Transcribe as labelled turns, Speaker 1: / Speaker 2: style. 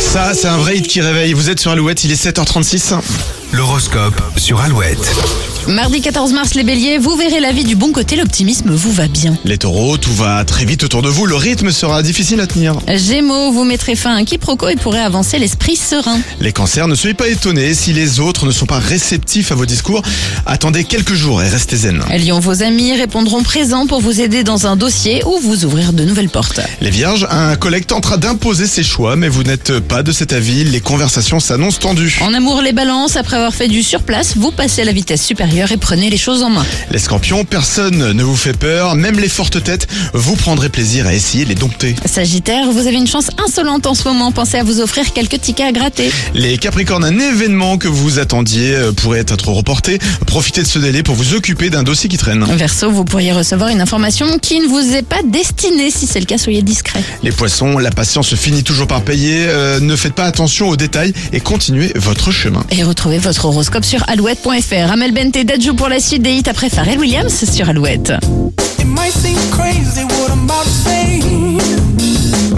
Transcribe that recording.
Speaker 1: Ça, c'est un vrai hit qui réveille. Vous êtes sur Alouette, il est 7h36.
Speaker 2: L'horoscope sur Alouette.
Speaker 3: Mardi 14 mars, les béliers, vous verrez la vie du bon côté, l'optimisme vous va bien.
Speaker 1: Les taureaux, tout va très vite autour de vous, le rythme sera difficile à tenir.
Speaker 3: Gémeaux, vous mettrez fin à un quiproquo et pourrez avancer l'esprit serein.
Speaker 1: Les cancers, ne soyez pas étonnés si les autres ne sont pas réceptifs à vos discours. Attendez quelques jours et restez zen.
Speaker 3: Lyon, vos amis répondront présents pour vous aider dans un dossier ou vous ouvrir de nouvelles portes.
Speaker 1: Les vierges, un collègue tentera d'imposer ses choix, mais vous n'êtes pas de cet avis, les conversations s'annoncent tendues.
Speaker 3: En amour, les balances, après avoir fait du surplace, vous passez à la vitesse supérieure et prenez les choses en main.
Speaker 1: Les scorpions, personne ne vous fait peur, même les fortes têtes, vous prendrez plaisir à essayer de les dompter.
Speaker 3: Sagittaire, vous avez une chance insolente en ce moment, pensez à vous offrir quelques tickets à gratter.
Speaker 1: Les capricornes, un événement que vous attendiez euh, pourrait être reporté. Profitez de ce délai pour vous occuper d'un dossier qui traîne.
Speaker 3: Verseau, vous pourriez recevoir une information qui ne vous est pas destinée. Si c'est le cas, soyez discret.
Speaker 1: Les poissons, la patience finit toujours par payer. Euh, ne faites pas attention aux détails et continuez votre chemin.
Speaker 3: Et retrouvez votre horoscope sur alouette.fr. Amel Bente Dadjo pour la suite des hits après Pharrell Williams sur Alouette.
Speaker 4: It might seem crazy what I'm about to say,